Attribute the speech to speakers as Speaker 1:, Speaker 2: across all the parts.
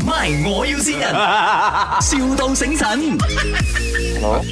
Speaker 1: My，我要先人，, 笑到醒神。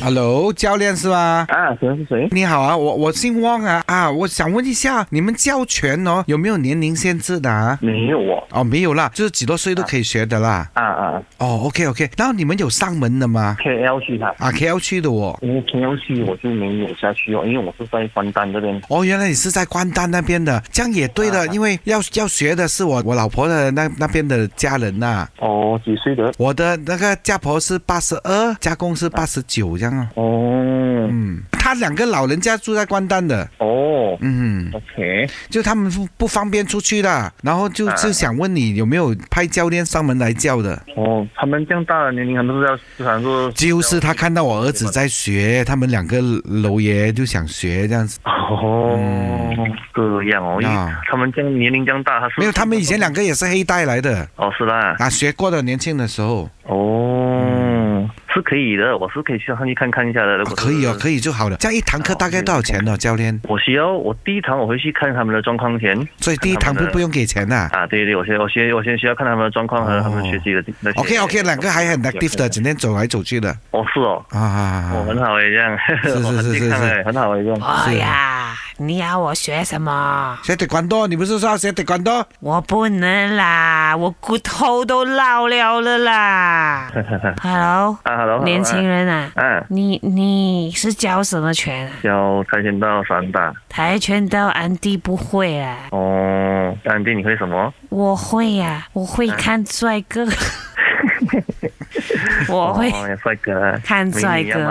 Speaker 2: Hello，教练是吧？
Speaker 3: 啊，谁是谁？
Speaker 2: 你好啊，我我姓汪啊啊，我想问一下，你们教拳哦有没有年龄限制的啊？
Speaker 3: 没有我。
Speaker 2: 哦，没有啦，就是几多岁都可以学的啦。
Speaker 3: 啊啊
Speaker 2: 哦，OK OK，然后你们有上门的吗？
Speaker 3: ，K L 区的，
Speaker 2: 啊，KL 区的哦。
Speaker 3: 因为 K L 区我就没有下去哦，因为我是在关丹这边。
Speaker 2: 哦，原来你是在关丹那边的，这样也对的，因为要要学的是我我老婆的那那边的家人呐、
Speaker 3: 哦，几岁的？
Speaker 2: 我的那个家婆是八十二，家公是八十九，这样啊。
Speaker 3: 哦
Speaker 2: 嗯，他两个老人家住在关丹的，
Speaker 3: 哦
Speaker 2: 嗯，
Speaker 3: ，OK，
Speaker 2: 就他们不不方便出去的，然后就
Speaker 3: 啊
Speaker 2: 就想问你有没有派教练上门来教的？
Speaker 3: 哦，他们这样大的年龄，他们是要经常说，
Speaker 2: 就是他看到我儿子在学，他们两个楼爷就想学这样子。
Speaker 3: 哦，这样哦，因为
Speaker 2: 啊
Speaker 3: 他们这样年龄这样大，他是
Speaker 2: 没有，他们以前两个也是黑带来的
Speaker 3: 哦是啦，
Speaker 2: 啊，学过的年轻的时候、
Speaker 3: 哦，是可以的，我是可以去上去看看一下的，如
Speaker 2: 啊
Speaker 3: 果
Speaker 2: 可以哦，
Speaker 3: 以。
Speaker 2: 可以就好了。这样一堂课大概多少钱呢、教练？
Speaker 3: 啊我需要我第一堂我会去看他们的状况前
Speaker 2: 所以第一堂不不用给钱的、
Speaker 3: 啊，对对，我先我先我先需要看他们的状况和
Speaker 2: 哦
Speaker 3: 他们学习的那些。
Speaker 2: OK OK，两个还很 active 的，整天走来走去的
Speaker 3: 哦是哦，
Speaker 2: 啊啊啊。
Speaker 3: 我
Speaker 2: 啊
Speaker 3: 很好诶，这样，
Speaker 2: 是
Speaker 3: 我很
Speaker 2: 是
Speaker 3: 健康
Speaker 2: 是
Speaker 3: 诶，很好诶，这样。啊
Speaker 4: 哎呀，你要我学什么？
Speaker 2: 学得关多，你不是说要学得关多？
Speaker 4: 我不能啦，我骨头都老了 了啦。Hello，
Speaker 3: 啊，hello，hello，
Speaker 4: 年轻人啊，
Speaker 3: 嗯，
Speaker 4: 你你是教什么拳啊？
Speaker 3: 教跆拳道散打。
Speaker 4: 跆拳道安迪不会啊，
Speaker 3: 哦，安迪你会什么？
Speaker 4: 我会呀、我会看帅 哥，我会
Speaker 3: 哦，帅哥，
Speaker 4: 看帅
Speaker 3: 没你一样
Speaker 4: 哥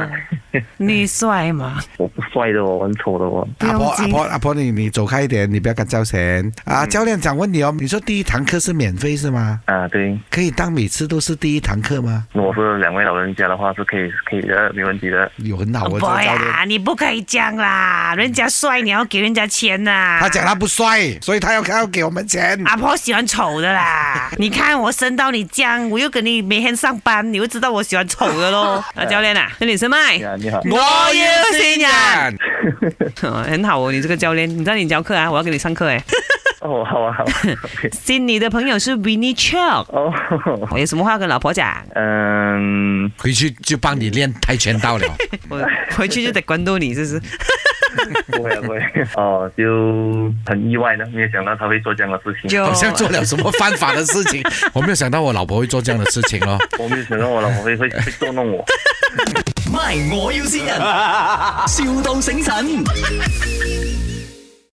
Speaker 3: 嘛，
Speaker 4: 你帅吗？
Speaker 3: 我不帅的哦，我很丑的哦。
Speaker 4: 不
Speaker 2: 阿
Speaker 4: 用
Speaker 2: 婆阿
Speaker 4: 紧
Speaker 2: 婆阿婆，你你走开一点，你不要跟招神啊！
Speaker 4: 嗯
Speaker 2: 教练想问你哦，你说第一堂课是免费是吗？
Speaker 3: 啊，对，
Speaker 2: 可以当每次都是第一堂课吗？
Speaker 3: 如果是两位老人家的话是可以可以的，没问题的。
Speaker 2: 有很好哦，这
Speaker 4: 不啊
Speaker 2: 个教练。
Speaker 4: 呀，你不可以这样啦！人家帅，你要给人家钱呐、
Speaker 2: 他讲他不帅，所以他要他要给我们钱。
Speaker 4: 阿婆喜欢丑 的啦，你看我生到你这样，我又跟你每天上班，你就知道我喜欢丑 的喽。啊，教练啊，这里是麦，
Speaker 3: 呀，你好，
Speaker 4: 我要新人， 哦很好哦，你这个教练，你在你教课啊，我要给你上 课哎。
Speaker 3: 哦，好啊，好啊，OK，
Speaker 4: 心里的朋友是 Winnie Chok，
Speaker 3: 哦，
Speaker 4: 我有什么话要跟老婆讲？
Speaker 3: 嗯，
Speaker 2: 回去就帮你练跆拳道了。
Speaker 4: 我回去就得关注你，是不是？
Speaker 3: 不会啊不会，哦，就很意外呢，没有想到他会做这样的事情，
Speaker 4: 就
Speaker 2: 好像做了什么犯法的事 情，我没有想到我老婆会做这样的事情哦。
Speaker 3: 我没有想到我老婆会会会捉弄我。
Speaker 1: My，我要先人，,笑到醒神。